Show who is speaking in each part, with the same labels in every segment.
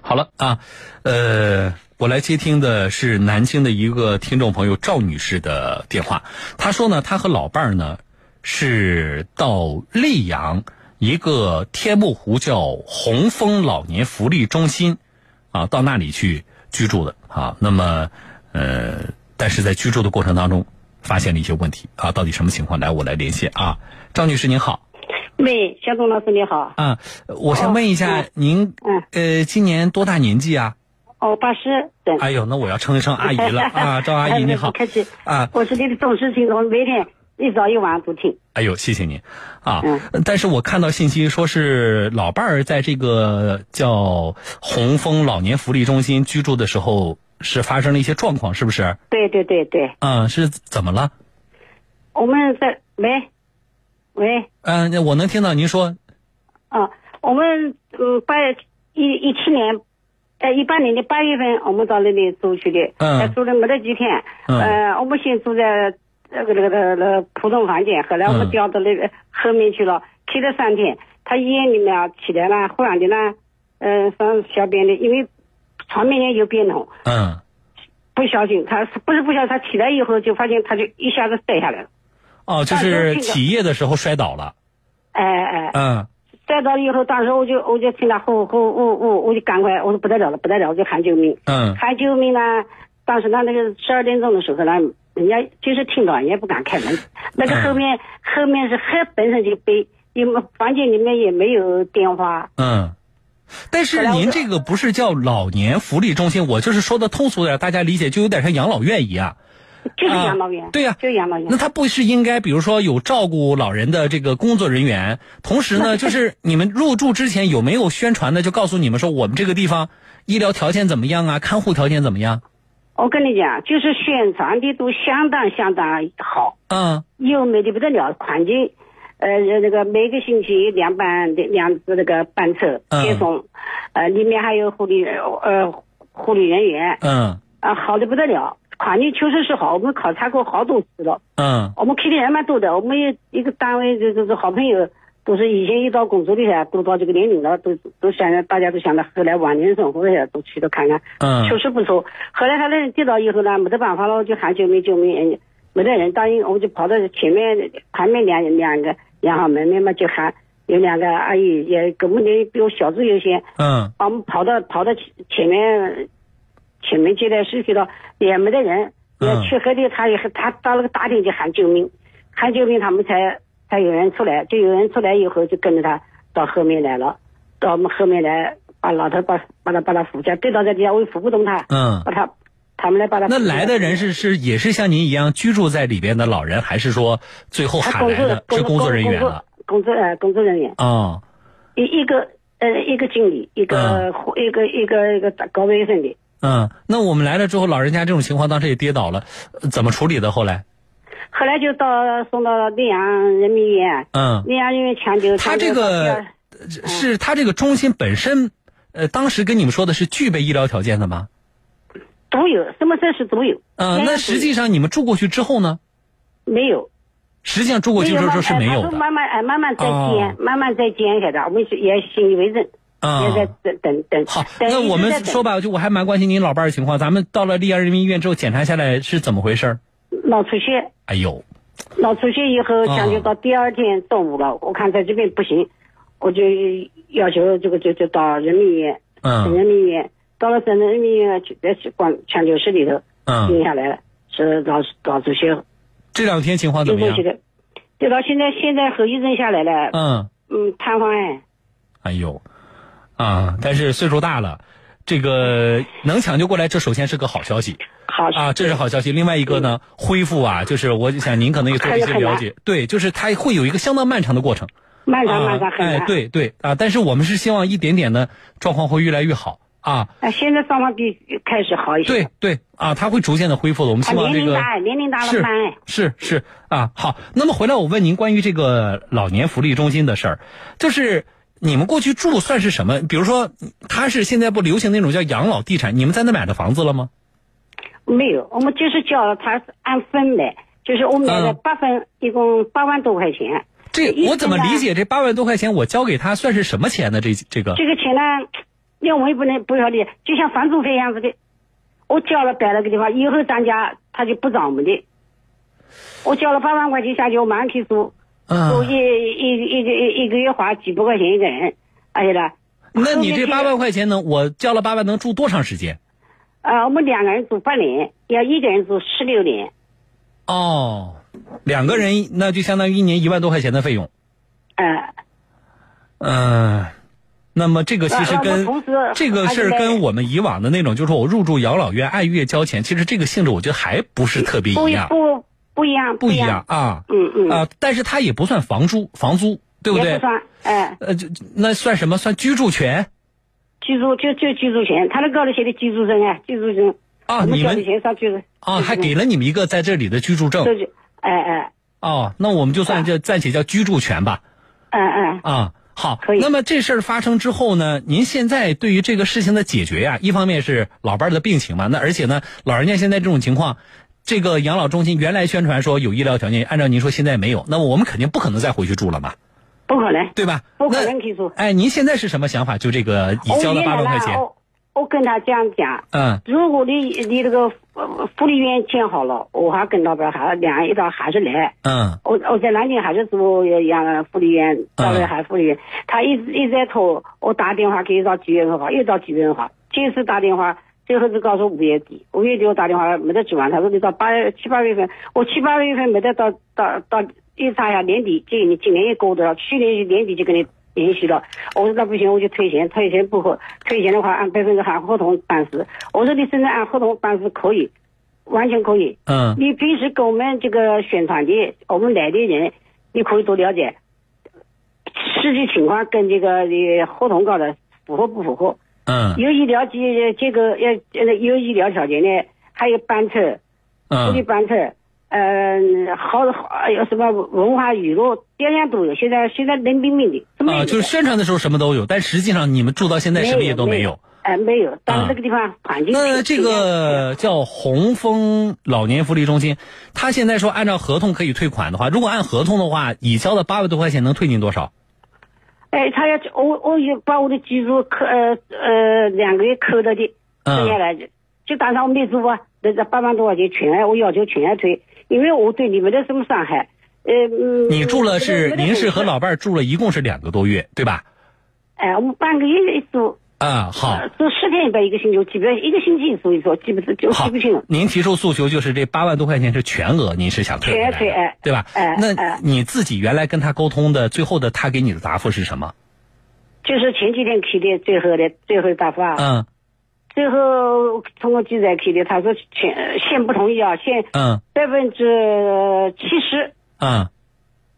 Speaker 1: 好了啊，呃，我来接听的是南京的一个听众朋友赵女士的电话。她说呢，她和老伴儿呢是到溧阳一个天目湖叫红枫老年福利中心啊，到那里去居住的啊。那么，呃，但是在居住的过程当中发现了一些问题啊，到底什么情况？来，我来连线啊，赵女士您好。
Speaker 2: 喂，小董老师你好，
Speaker 1: 啊，呃我想问一下、
Speaker 2: 哦
Speaker 1: 您，
Speaker 2: 嗯
Speaker 1: 呃，今年多大年纪啊？
Speaker 2: 哦，八十，对，
Speaker 1: 哎呦，那我要称一声阿姨 了啊，赵阿姨你好
Speaker 2: 不客气，
Speaker 1: 啊，
Speaker 2: 我是你的忠实听众，每天一早一晚都听，
Speaker 1: 哎呦，谢谢您啊
Speaker 2: 嗯。
Speaker 1: 但是我看到信息说是老伴儿在这个叫红枫老年福利中心居住的时候是发生了一些状况，是不是？
Speaker 2: 对对对对，
Speaker 1: 啊，是怎么了？
Speaker 2: 我们在喂，喂，
Speaker 1: 嗯、那我能听到您说
Speaker 2: 啊，我们嗯八一一七年，呃一八年的八月份，我们到那里住去的，
Speaker 1: 嗯
Speaker 2: 呃住了没得几天，
Speaker 1: 嗯
Speaker 2: 呃，我们先住在那个那个那个那个普通房间，后来我
Speaker 1: 嗯
Speaker 2: 们调到那个后面去了，去了三天，他医院里面啊起来了，忽然的呢，嗯、呃，上小便的，因为床面也有便桶，
Speaker 1: 嗯。
Speaker 2: 不小心，他不是不小心，他起来以后就发现他就一下子摔下来了，
Speaker 1: 哦，就
Speaker 2: 但是
Speaker 1: 是
Speaker 2: 这个
Speaker 1: 起夜的时候摔倒了，
Speaker 2: 哎、哎。
Speaker 1: 嗯，
Speaker 2: 摔倒了以后，当时我就我就听他呼呼呼呼，我就赶快我说不得了了，不得了，我就喊救命，
Speaker 1: 嗯，
Speaker 2: 喊救命呢。当时呢，那个十二点钟的时候呢，人家就是听到，人家不敢开门。那个
Speaker 1: 嗯
Speaker 2: 后面、后面是黑，本身就被，因为房间里面也没有电话，
Speaker 1: 嗯，但
Speaker 2: 后
Speaker 1: 是
Speaker 2: 来我
Speaker 1: 您
Speaker 2: 就
Speaker 1: 这个不是叫老年福利中心，我就是说的通俗点，大家理解就有点像养老院一样。
Speaker 2: 就是
Speaker 1: 啊
Speaker 2: 养老院，
Speaker 1: 对呀
Speaker 2: 就是养老院
Speaker 1: 那。他不是应该，比如说有照顾老人的这个工作人员，同时 呢，就是你们入住之前有没有宣传的，就告诉你们说我们这个地方医疗条件怎么样啊，看护条件怎么样？
Speaker 2: 我跟你讲，就是宣传的都相当相当好，
Speaker 1: 嗯
Speaker 2: 优美的不得了，环境，呃，那个每个星期两班的两次那个班车
Speaker 1: 嗯
Speaker 2: 接送，呃，里面还有护理呃护理人员
Speaker 1: 嗯
Speaker 2: 啊、好的不得了，环境确实是好，我们考察过好多次了，
Speaker 1: 嗯
Speaker 2: 我们去的人蛮多的，我们有一个单位就就是好朋友。都是以前一到工作的噻，都到这个年龄了，都都想着大家都想着后来晚年生活呀，都去了看看，确
Speaker 1: 嗯
Speaker 2: 实不错。后来他那人跌倒以后呢，没得办法了，我就喊救命救命，人没得人答应，我就跑到前面旁边两两个两号门面嘛，就喊有两个阿姨也跟我们年比我小子有些，
Speaker 1: 嗯
Speaker 2: 把我们啊跑到跑到前前面前面接待室去了，也没得人，也
Speaker 1: 嗯
Speaker 2: 去后地他也他到了个大厅就喊救命，喊救命他们才才有人出来，就有人出来以后就跟着他到后面来了，到我们后面来把老头把把他把他扶起来，跌倒在地下我也扶不动他，
Speaker 1: 嗯。
Speaker 2: 把他他们来把他扶
Speaker 1: 那
Speaker 2: 起
Speaker 1: 来的人是是也是像您一样居住在里边的老人，还是说最后
Speaker 2: 他
Speaker 1: 喊
Speaker 2: 工
Speaker 1: 来
Speaker 2: 作
Speaker 1: 的是工作人员啊
Speaker 2: 工
Speaker 1: 了
Speaker 2: 作？工作呃工作人员
Speaker 1: 哦，
Speaker 2: 一一个呃一个经理一个、一个一个一个搞卫生的。
Speaker 1: 嗯，那我们来了之后，老人家这种情况当时也跌倒了，呃怎么处理的？后来，
Speaker 2: 后来就到送到溧阳人民医院，
Speaker 1: 嗯，
Speaker 2: 溧阳人民抢救。
Speaker 1: 他这个呃是他这个中心本身，呃，当时跟你们说的是具备医疗条件的吗？
Speaker 2: 都有，什么设施都有。
Speaker 1: 嗯、
Speaker 2: 没有
Speaker 1: 那实际上你们住过去之后呢？
Speaker 2: 没有，
Speaker 1: 实际上住过
Speaker 2: 没
Speaker 1: 去
Speaker 2: 有
Speaker 1: 之
Speaker 2: 慢
Speaker 1: 后是没有
Speaker 2: 哎他说
Speaker 1: 的，
Speaker 2: 慢慢哎，慢慢再
Speaker 1: 哦
Speaker 2: 建，慢慢再建开的，我们是也信以为真，也在
Speaker 1: 嗯。
Speaker 2: 等等等。
Speaker 1: 好，
Speaker 2: 等
Speaker 1: 那
Speaker 2: 一直
Speaker 1: 我
Speaker 2: 在
Speaker 1: 们
Speaker 2: 等
Speaker 1: 说吧，就我还蛮关心您老伴儿的情况。咱们到了溧阳人民医院之后，检查下来是怎么回事儿？
Speaker 2: 脑出血，
Speaker 1: 哎呦，
Speaker 2: 脑出血以后
Speaker 1: 哦
Speaker 2: 抢救到第二天中午了，我看在这边不行，我就要求这个就就到人民医院，省
Speaker 1: 嗯
Speaker 2: 人民医院，到了省人民医院去在管抢救室里头
Speaker 1: 嗯，
Speaker 2: 定下来了，是脑脑出血。
Speaker 1: 这两天情况怎
Speaker 2: 就
Speaker 1: 么
Speaker 2: 过
Speaker 1: 样
Speaker 2: 去？的。对了，现在现在侯医生下来了，
Speaker 1: 嗯，
Speaker 2: 嗯，瘫痪哎，
Speaker 1: 哎呦，啊，但是岁数大了，这个能抢救过来，这首先是个好消息。
Speaker 2: 好，
Speaker 1: 啊，这是好消息。另外一个呢，恢复啊，就是我想您可能也做了一些
Speaker 2: 还嗯是很
Speaker 1: 了
Speaker 2: 难
Speaker 1: 解，对，就是它会有一个相当漫长的过程。
Speaker 2: 漫长
Speaker 1: 啊
Speaker 2: 漫长，很
Speaker 1: 哎，
Speaker 2: 难。
Speaker 1: 对对啊，但是我们是希望一点点的状况会越来越好啊，
Speaker 2: 哎，现在状况比开始好一些。
Speaker 1: 对对啊，它会逐渐的恢复的。我们
Speaker 2: 啊，
Speaker 1: 希望
Speaker 2: 年
Speaker 1: 这
Speaker 2: 龄
Speaker 1: 个
Speaker 2: 大，年龄大了
Speaker 1: 是
Speaker 2: 慢哎。
Speaker 1: 是是啊，好。那么回来我问您关于这个老年福利中心的事儿，就是你们过去住算是什么？比如说，它是现在不流行那种叫养老地产，你们在那买的房子了吗？
Speaker 2: 没有，我们就是交了，他是按分买，就是我买了
Speaker 1: 嗯
Speaker 2: 八分，一共八万多块钱。
Speaker 1: 这
Speaker 2: 一啊
Speaker 1: 我怎么
Speaker 2: 分呢
Speaker 1: 理解这八万多块钱我交给他算是什么钱呢？这这个
Speaker 2: 这个钱呢，那我也不能不晓得，就像房租费一样子的，我交了摆了个地方，以后咱家他就不找我们的。我交了八万块钱下去，我马上退租，我一
Speaker 1: 嗯，
Speaker 2: 一一个一一个月花几百块钱一个人，而且呢，
Speaker 1: 那你这
Speaker 2: 后面
Speaker 1: 八万块钱能，我交了八万能住多长时间？
Speaker 2: 呃，我们两个人住八年，要一个人住十六年，
Speaker 1: 哦，两个人那就相当于一年一万多块钱的费用。
Speaker 2: 呃，
Speaker 1: 嗯，那么这个其实
Speaker 2: 那那
Speaker 1: 跟
Speaker 2: 呃同时
Speaker 1: 这个事儿
Speaker 2: 还是
Speaker 1: 跟我们以往的那种，就是说我入住养老院按月交钱，其实这个性质我觉得还不是特别
Speaker 2: 不
Speaker 1: 一样，
Speaker 2: 不不一样，
Speaker 1: 不一
Speaker 2: 一
Speaker 1: 样，啊
Speaker 2: 嗯嗯，
Speaker 1: 啊！但是它也不算房租，房租对不
Speaker 2: 也
Speaker 1: 对
Speaker 2: 不？算，哎、
Speaker 1: 呃，就就那算什么？算居住权
Speaker 2: 居住就就居住权，他那高头写的居住证啊，居住证，
Speaker 1: 啊？
Speaker 2: 我们
Speaker 1: 你
Speaker 2: 交的
Speaker 1: 们
Speaker 2: 钱上居住
Speaker 1: 啊，还给了你们一个在这里的居住证
Speaker 2: 都是，哎哎
Speaker 1: 哦，那我们就算这暂且叫居住权吧
Speaker 2: 哎哎，
Speaker 1: 啊。好
Speaker 2: 可，以
Speaker 1: 那么这事儿发生之后呢，您现在对于这个事情的解决呀、一方面是老伴儿的病情嘛，那而且呢，老人家现在这种情况，这个养老中心原来宣传说有医疗条件，按照您说现在没有，那么我们肯定不可能再回去住了嘛，
Speaker 2: 不可能，
Speaker 1: 对吧？
Speaker 2: 不可
Speaker 1: 那
Speaker 2: 能提出。
Speaker 1: 哎，您现在是什么想法？就这个已交了八万块
Speaker 2: 我原来
Speaker 1: 钱，
Speaker 2: 我我跟他这样讲，
Speaker 1: 嗯，
Speaker 2: 如果你你那个呃福利院建好了，我还跟老板还两人一道还是来。
Speaker 1: 嗯
Speaker 2: 我我在南京还是住养福利院，到了还福利院，他一直一直在拖，我打电话给到几月份好，又到几月份好，这次打电话。最后是告诉我五月底，五月底我打电话没得指望，他说你到八月七八月份，我七八月份没得到到到一查一下年底，这个你今年也过得了，去年年底就跟你联系了，我说那不行，我就退钱，退钱不合，退钱的话按百分之按合同办事，我说你现在按合同办事可以，完全可以，
Speaker 1: 嗯
Speaker 2: 你平时跟我们这个宣传的，我们来的人，你可以多了解，实际情况跟这个呃合同高的符合不符合？
Speaker 1: 嗯
Speaker 2: 有医疗这这个要呃有医疗条件的，还有班车，福利
Speaker 1: 嗯
Speaker 2: 班车，呃，好好有什么文化娱乐，样样都有。现在现在冷冰冰的，什么也
Speaker 1: 啊，
Speaker 2: 有
Speaker 1: 就是宣传的时候什么都有，但实际上你们住到现在什么也都没有。。
Speaker 2: 哎、没有，到
Speaker 1: 啊
Speaker 2: 了那个地方环境。
Speaker 1: 那这个叫红枫老年福利中心，他现在说按照合同可以退款的话，如果按合同的话，已交的八万多块钱能退您多少？
Speaker 2: 哎，他要我我也把我的居住扣呃呃两个月扣了的，剩下
Speaker 1: 嗯
Speaker 2: 来的就打算我没住啊，那这八万多块钱全按我要求全按退，因为我对你没得什么伤害。呃，嗯
Speaker 1: 你住了是
Speaker 2: 没得
Speaker 1: 您是
Speaker 2: 什么
Speaker 1: 和老伴儿住了一共是两个多月，对吧？
Speaker 2: 哎，我们半个月一住，
Speaker 1: 啊，好
Speaker 2: 呃住十天一般一个星期，我记不一个星期住一住，记不住就
Speaker 1: 好
Speaker 2: 记不清了。，
Speaker 1: 您提出诉求就是这八万多块钱是全额，您是想退回来
Speaker 2: 全退
Speaker 1: 的
Speaker 2: 哎，
Speaker 1: 对吧
Speaker 2: 哎？
Speaker 1: 那
Speaker 2: 哎
Speaker 1: 你自己原来跟他沟通的，最后的他给你的答复是什么？
Speaker 2: 就是前几天去的，最后的最后打发，
Speaker 1: 嗯
Speaker 2: 最后通过记者去的，他说全县不同意啊，县
Speaker 1: 嗯
Speaker 2: 百分之七十。
Speaker 1: 嗯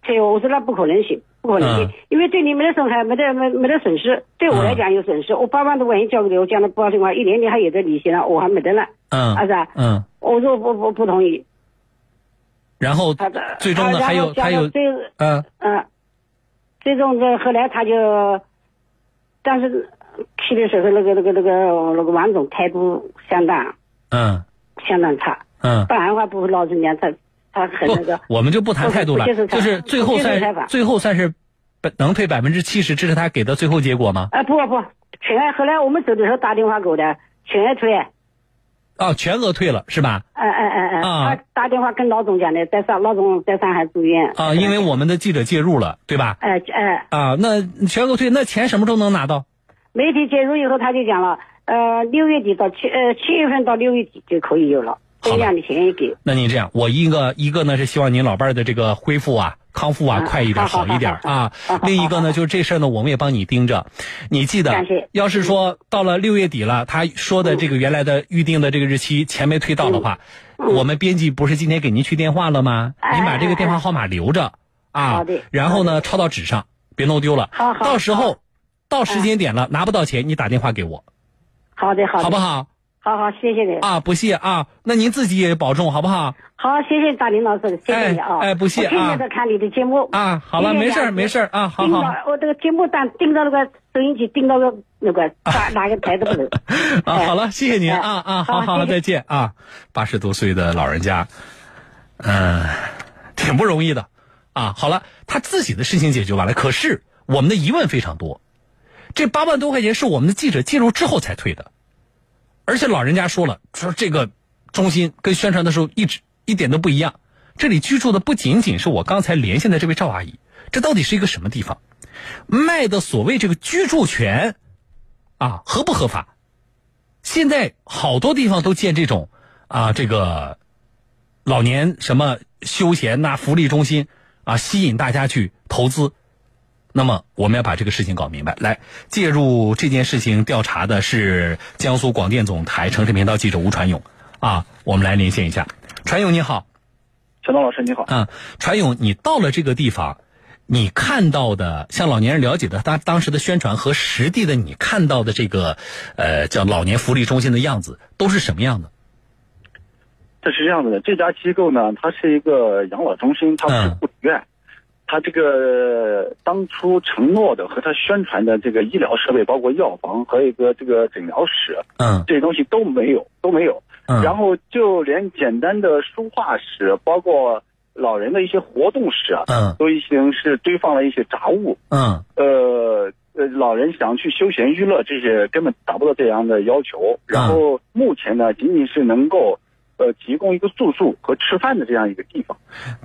Speaker 2: 对，我说那不可能行，不可能行，
Speaker 1: 嗯
Speaker 2: 因为对你没得损害，没得没没得损失，对我来讲有损失。我八万多块钱交给你，我讲了不高兴话，一年你还有的利息呢，我还没得呢，儿
Speaker 1: 嗯
Speaker 2: 子啊，
Speaker 1: 嗯，
Speaker 2: 我说不不不同意。
Speaker 1: 然后
Speaker 2: 他的
Speaker 1: 最终呢
Speaker 2: 他
Speaker 1: 还有
Speaker 2: 然后
Speaker 1: 还有
Speaker 2: 最
Speaker 1: 嗯
Speaker 2: 嗯，最终这后来他就，但是去的时候那个那个那个那个王总态度相当
Speaker 1: 嗯
Speaker 2: 相当差，
Speaker 1: 嗯。
Speaker 2: 不然的话不会老人家他他很那个
Speaker 1: 不，，我们就不谈态度了
Speaker 2: 不接受，采
Speaker 1: 就
Speaker 2: 访
Speaker 1: 是最后
Speaker 2: 不接受采
Speaker 1: 算
Speaker 2: 访
Speaker 1: 最后算是本能退百分之七十，这是他给的最后结果吗？
Speaker 2: 啊不不，全按后来我们走的时候打电话给我的，全按退。
Speaker 1: 啊，全额退了是吧？
Speaker 2: 哎哎哎哎，
Speaker 1: 啊
Speaker 2: 他打电话跟老总讲的，在上老总在上海住院。
Speaker 1: 啊，因为我们的记者介入了，对吧？
Speaker 2: 哎哎，
Speaker 1: 啊，那全额退，那钱什么时候能拿到？
Speaker 2: 媒体介入以后，他就讲了，呃，六月底到七呃七月份到六月底就可以有了，
Speaker 1: 好了
Speaker 2: 这样的钱也给。
Speaker 1: 那你这样，我一个一个呢是希望您老伴儿的这个恢复啊、康复啊
Speaker 2: 嗯
Speaker 1: 快一点、
Speaker 2: 好好
Speaker 1: 好一点
Speaker 2: 好
Speaker 1: 啊
Speaker 2: 好好。好
Speaker 1: 另一个呢，就是这事儿呢，我们也帮你盯着。你记得
Speaker 2: 感谢，嗯
Speaker 1: 要是说到了六月底了，他说的这个原来的预定的这个日期钱没退到的话，我们编辑不是今天给您去电话了吗？
Speaker 2: 嗯哎
Speaker 1: 您把这个电话号码留着啊
Speaker 2: 好的，
Speaker 1: 然后呢抄到纸上，别弄丢了。
Speaker 2: 好好
Speaker 1: 到时候到时间点了拿不到钱，你打电话给我，
Speaker 2: 好的好的，
Speaker 1: 好不？好？
Speaker 2: 好好，谢谢你。
Speaker 1: 啊，不谢啊，那您自己也保重，好不好？
Speaker 2: 好，谢谢大林老师，谢谢你啊。
Speaker 1: 哎哎不谢
Speaker 2: 我天
Speaker 1: 啊
Speaker 2: 天在看你的节目。
Speaker 1: 啊，好了，
Speaker 2: 谢谢
Speaker 1: 没事儿，
Speaker 2: 两位
Speaker 1: 没事儿啊，好
Speaker 2: 盯
Speaker 1: 好
Speaker 2: 到我这个节目单盯到那个收音机，盯到个 那个哪哪个台都不能。
Speaker 1: 啊，好了，谢谢您
Speaker 2: 哎
Speaker 1: 啊啊，好
Speaker 2: 好
Speaker 1: 好，
Speaker 2: 谢谢
Speaker 1: 再见啊，八十多岁的老人家，嗯，挺不容易的啊。好了，他自己的事情解决完了，可是我们的疑问非常多，这八万多块钱是我们的记者介入之后才退的，而且老人家说了，说这个中心跟宣传的时候一直一点都不一样。这里居住的不仅仅是我刚才连线的这位赵阿姨，这到底是一个什么地方？卖的所谓这个居住权，啊，合不合法？现在好多地方都建这种啊，这个老年什么休闲呐、福利中心啊，吸引大家去投资。那么我们要把这个事情搞明白。来，介入这件事情调查的是江苏广电总台城市频道记者吴传勇啊，我们来连线一下。传勇你好，
Speaker 3: 陈东老师你好，
Speaker 1: 啊，传勇，你到了这个地方，你看到的向老年人了解的当当时的宣传和实地的你看到的这个呃叫老年福利中心的样子都是什么样的？
Speaker 3: 这是这样子的，这家机构呢，它是一个养老中心，它不是
Speaker 1: 嗯
Speaker 3: 护理院。它这个当初承诺的和它宣传的这个医疗设备，包括药房和一个这个诊疗室，
Speaker 1: 嗯
Speaker 3: 这些东西都没有，都没有。
Speaker 1: 嗯，
Speaker 3: 然后就连简单的书画室，包括老人的一些活动室啊，
Speaker 1: 嗯
Speaker 3: 都已经是堆放了一些杂物。
Speaker 1: 嗯
Speaker 3: 呃呃，老人想去休闲娱乐，这些根本达不到这样的要求。然后目前呢，仅仅是能够呃提供一个住宿和吃饭的这样一个地方。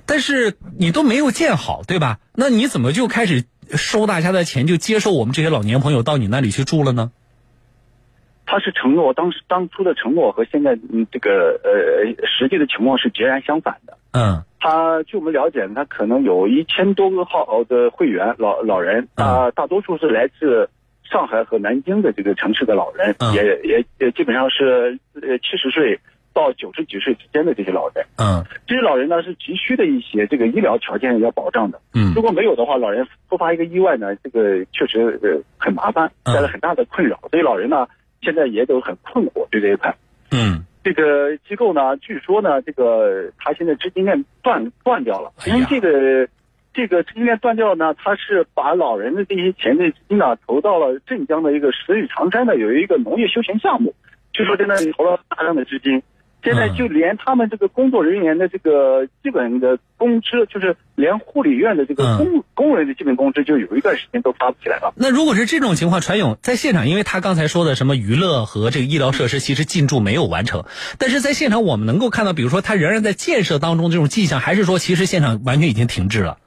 Speaker 1: 但是你都没有建好，对吧？那你怎么就开始收大家的钱，就接受我们这些老年朋友到你那里去住了呢？
Speaker 3: 他是承诺当时当初的承诺和现在嗯这个呃实际的情况是截然相反的。
Speaker 1: 嗯
Speaker 3: 他据我们了解，他可能有一千多个号的会员老老人，大、大多数是来自上海和南京的这个城市的老人，
Speaker 1: 嗯
Speaker 3: 也也也基本上是呃七十岁到九十几岁之间的这些老人。
Speaker 1: 嗯
Speaker 3: 这些老人呢是急需的一些这个医疗条件要保障的，
Speaker 1: 嗯
Speaker 3: 如果没有的话，老人突发一个意外呢，这个确实呃很麻烦，
Speaker 1: 嗯
Speaker 3: 带来很大的困扰，所以老人呢现在也都很困惑对这一块。
Speaker 1: 嗯，
Speaker 3: 这个机构呢，据说呢，这个他现在资金链断断掉了，因
Speaker 1: 哎
Speaker 3: 为
Speaker 1: 呀
Speaker 3: 这个、这个资金链断掉呢，他是把老人的这些钱的资金呢投到了镇江的一个十里长山的有一个农业休闲项目，据说在那里投了大量的资金。现在
Speaker 1: 嗯
Speaker 3: 就连他们这个工作人员的这个基本的工资，就是连护理院的这
Speaker 1: 嗯
Speaker 3: 个工、工人的基本工资，就有一段时间都发不起来了。
Speaker 1: 那如果是这种情况，传勇在现场，因为他刚才说的什么娱乐和这个医疗设施，其实进驻没有完成，但是在现场我们能够看到，比如说他仍然在建设当中这种迹象，还是说其实现场完全已经停滞了？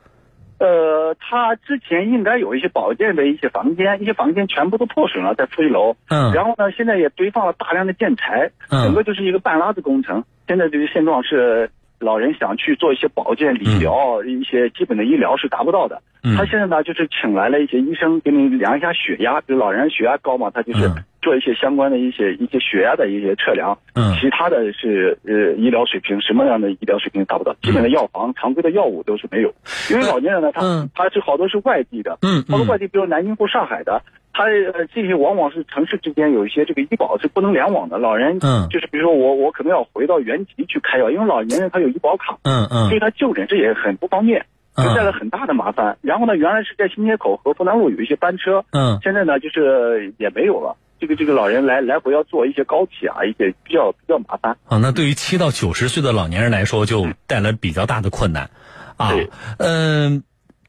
Speaker 3: 呃，他之前应该有一些保健的一些房间，一些房间全部都破损了，在负一楼。
Speaker 1: 嗯
Speaker 3: 然后呢，现在也堆放了大量的建材，
Speaker 1: 嗯
Speaker 3: 整个就是一个半拉子工程。现在这个现状是，老人想去做一些保健、理疗、一些基本的医疗是达不到的。
Speaker 1: 嗯
Speaker 3: 他现在呢，就是请来了一些医生给你量一下血压，比如老人血压高嘛，他就是
Speaker 1: 嗯
Speaker 3: 做一些相关的一些一些血压的一些测量。
Speaker 1: 嗯
Speaker 3: 其他的是呃医疗水平什么样的医疗水平达不到，基本的药房、常规的药物都是没有，因为老年人呢，他、
Speaker 1: 嗯
Speaker 3: 他是好多是外地的，
Speaker 1: 嗯
Speaker 3: 包括外
Speaker 1: 嗯
Speaker 3: 地，比如南京或上海的，他呃这些往往是城市之间有一些这个医保是不能联网的，老人
Speaker 1: 嗯
Speaker 3: 就是比如说我我可能要回到原籍去开药，因为老年人他有医保卡，
Speaker 1: 嗯
Speaker 3: 所以
Speaker 1: 嗯
Speaker 3: 他就诊这也很不方便，就带来很大的麻烦。然后呢，原来是在新街口和枫丹路有一些班车，
Speaker 1: 嗯
Speaker 3: 现在呢就是也没有了。这个这个老人来来回要坐一些高铁啊，一些比较比较麻烦。
Speaker 1: 啊，那对于七到九十岁的老年人来说，就带来比较大的困难啊
Speaker 3: 嗯对。
Speaker 1: 嗯、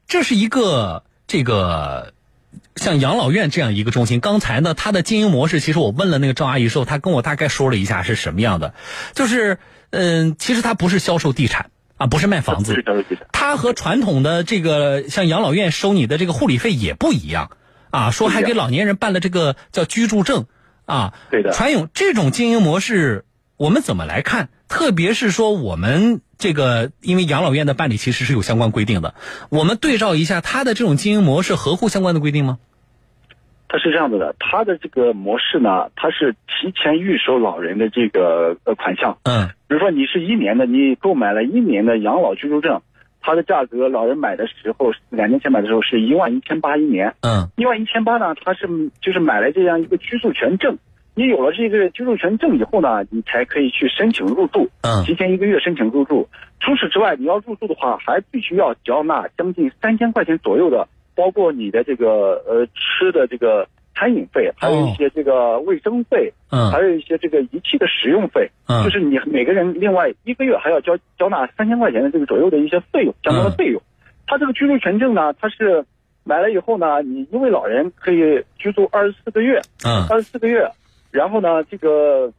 Speaker 1: 这是一个这个像养老院这样一个中心。刚才呢，它的经营模式，其实我问了那个赵阿姨之后，她跟我大概说了一下是什么样的，就是嗯、其实它不是销售地产啊，不是卖房子
Speaker 3: 是，销售地产。
Speaker 1: 它和传统的这个像养老院收你的这个护理费也不一样啊，说还给老年人办了这个叫居住证啊。
Speaker 3: 对的
Speaker 1: 传勇这种经营模式，我们怎么来看？特别是说我们这个，因为养老院的办理其实是有相关规定的，我们对照一下它的这种经营模式合乎相关的规定吗？
Speaker 3: 它是这样子的，它的这个模式呢，它是提前预收老人的这个呃款项。
Speaker 1: 嗯
Speaker 3: 比如说你是一年的，你购买了一年的养老居住证，它的价格老人买的时候，两年前买的时候是一万一千八一年，
Speaker 1: 嗯
Speaker 3: 一万一千八呢，它是就是买了这样一个居住权证。你有了这个居住权证以后呢，你才可以去申请入住，
Speaker 1: 嗯
Speaker 3: 提前一个月申请入住。除此之外，你要入住的话，还必须要缴纳将近三千块钱左右的，包括你的这个呃吃的这个餐饮费，还有一些这个卫生费，还
Speaker 1: 嗯
Speaker 3: 有一些这个仪器的使用费。
Speaker 1: 嗯
Speaker 3: 就是你每个人另外一个月还要交
Speaker 1: 嗯
Speaker 3: 交纳三千块钱的这个左右的一些费用，相关的费用。他这个居住权证呢，它是买了以后呢，你一位老人可以居住二十四个月，
Speaker 1: 嗯
Speaker 3: 二十四个月。然后呢，这个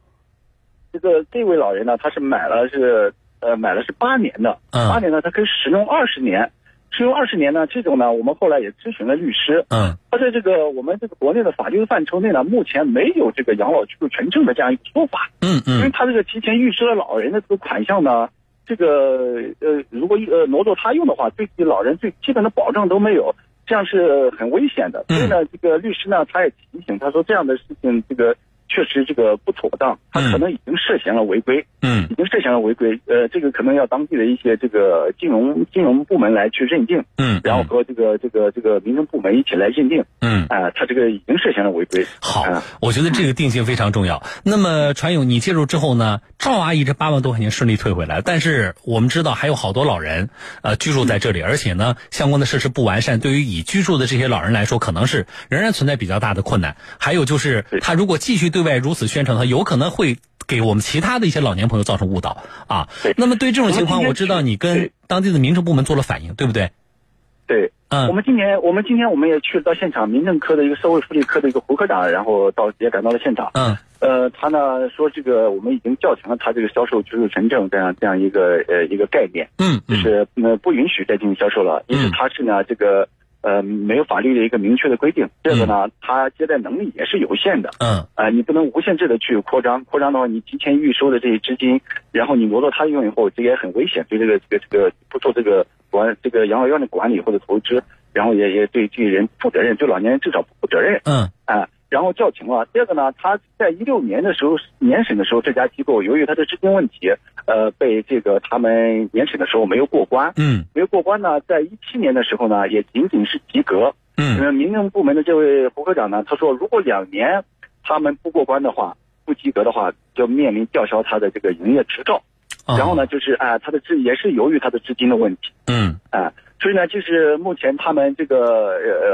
Speaker 3: 这个这位老人呢，他是买了是呃买了是八年的，
Speaker 1: 嗯
Speaker 3: 八年呢，他可以使用二十年，使用二十年呢，这种呢，我们后来也咨询了律师，
Speaker 1: 嗯
Speaker 3: 他在这个我们这个国内的法律的范畴内呢，目前没有这个养老居住权证的这样一个说法，
Speaker 1: 嗯
Speaker 3: 因为
Speaker 1: 嗯
Speaker 3: 他这个提前预支了老人的这个款项呢，这个呃，如果呃挪作他用的话，对自己老人最基本的保障都没有，这样是很危险的。
Speaker 1: 嗯
Speaker 3: 所以呢，这个律师呢，他也提醒他说，这样的事情这个确实这个不妥当，他可能已经涉嫌了违规。
Speaker 1: 嗯
Speaker 3: 已经涉嫌了违规，呃，这个可能要当地的一些这个金融金融部门来去认定，
Speaker 1: 嗯，
Speaker 3: 然后和这个这个这个民政部门一起来认定，
Speaker 1: 嗯
Speaker 3: 啊、他这个已经涉嫌了违规。
Speaker 1: 好
Speaker 3: 啊，
Speaker 1: 我觉得这个定性非常重要。那么传勇，你介入之后呢，赵阿姨这八万多块钱顺利退回来，但是我们知道还有好多老人呃居住在这里，而且呢
Speaker 3: 嗯
Speaker 1: 相关的设施不完善，对于已居住的这些老人来说，可能是仍然存在比较大的困难。还有就是
Speaker 3: 对
Speaker 1: 他如果继续对外如此宣传，他有可能会给我们其他的一些老年朋友造成误导啊
Speaker 3: 对。
Speaker 1: 那么对这种情况，
Speaker 3: 我们今天
Speaker 1: 我知道你跟
Speaker 3: 对
Speaker 1: 当地的民政部门做了反应，对不对？
Speaker 3: 对，我
Speaker 1: 嗯
Speaker 3: 们今年我们今天我们也去了到现场，民政科的一个社会福利科的一个胡科长，然后到也赶到了现场。
Speaker 1: 嗯
Speaker 3: 呃，他呢说这个我们已经叫停了他这个销售居住权证这样这样一个呃一个概念。
Speaker 1: 嗯
Speaker 3: 就
Speaker 1: 嗯
Speaker 3: 是呃不允许再进行销售了，
Speaker 1: 嗯
Speaker 3: 因为它是呢这个呃没有法律的一个明确的规定，这个呢它接待能力也是有限的。
Speaker 1: 嗯
Speaker 3: 啊、你不能无限制的去扩张，扩张的话，你提前预收的这些资金，然后你挪到他用以后，这个也很危险，对这个这个这个不做这个管这个养老院的管理或者投资，然后也也对这些人不负责任，对老年人至少不负责任。
Speaker 1: 嗯
Speaker 3: 啊，然后叫停了。第二个呢，他在一六年的时候年审的时候，这家机构由于他的资金问题，呃，被这个他们年审的时候没有过关，
Speaker 1: 嗯
Speaker 3: 没有过关呢，在一七年的时候呢，也仅仅是及格。
Speaker 1: 嗯
Speaker 3: 那民政部门的这位胡科长呢，他说，如果两年他们不过关的话，不及格的话，就面临吊销他的这个营业执照。
Speaker 1: 嗯，
Speaker 3: 然后呢，就是啊、他的资也是由于他的资金的问题。
Speaker 1: 嗯
Speaker 3: 啊，所以呢，就是目前他们这个呃，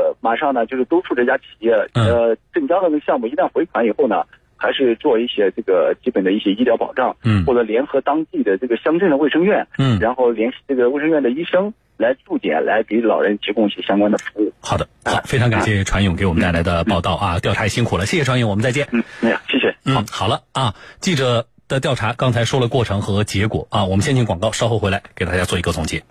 Speaker 3: 呃马上呢，就是督促这家企业，
Speaker 1: 嗯
Speaker 3: 呃，正章的那个项目一旦回款以后呢，还是做一些这个基本的一些医疗保障，
Speaker 1: 嗯
Speaker 3: 或者联合当地的这个乡镇的卫生院，
Speaker 1: 嗯。
Speaker 3: 然后联系这个卫生院的医生来住检，来给老人提供一些相关的服务。
Speaker 1: 好的，好，非常感谢传勇给我们带来的报道啊，调查也辛苦了，谢谢传勇，我们再见。
Speaker 3: 嗯，没有，谢谢。
Speaker 1: 嗯，好了啊，记者的调查刚才说了过程和结果啊，我们先进广告，稍后回来给大家做一个总结。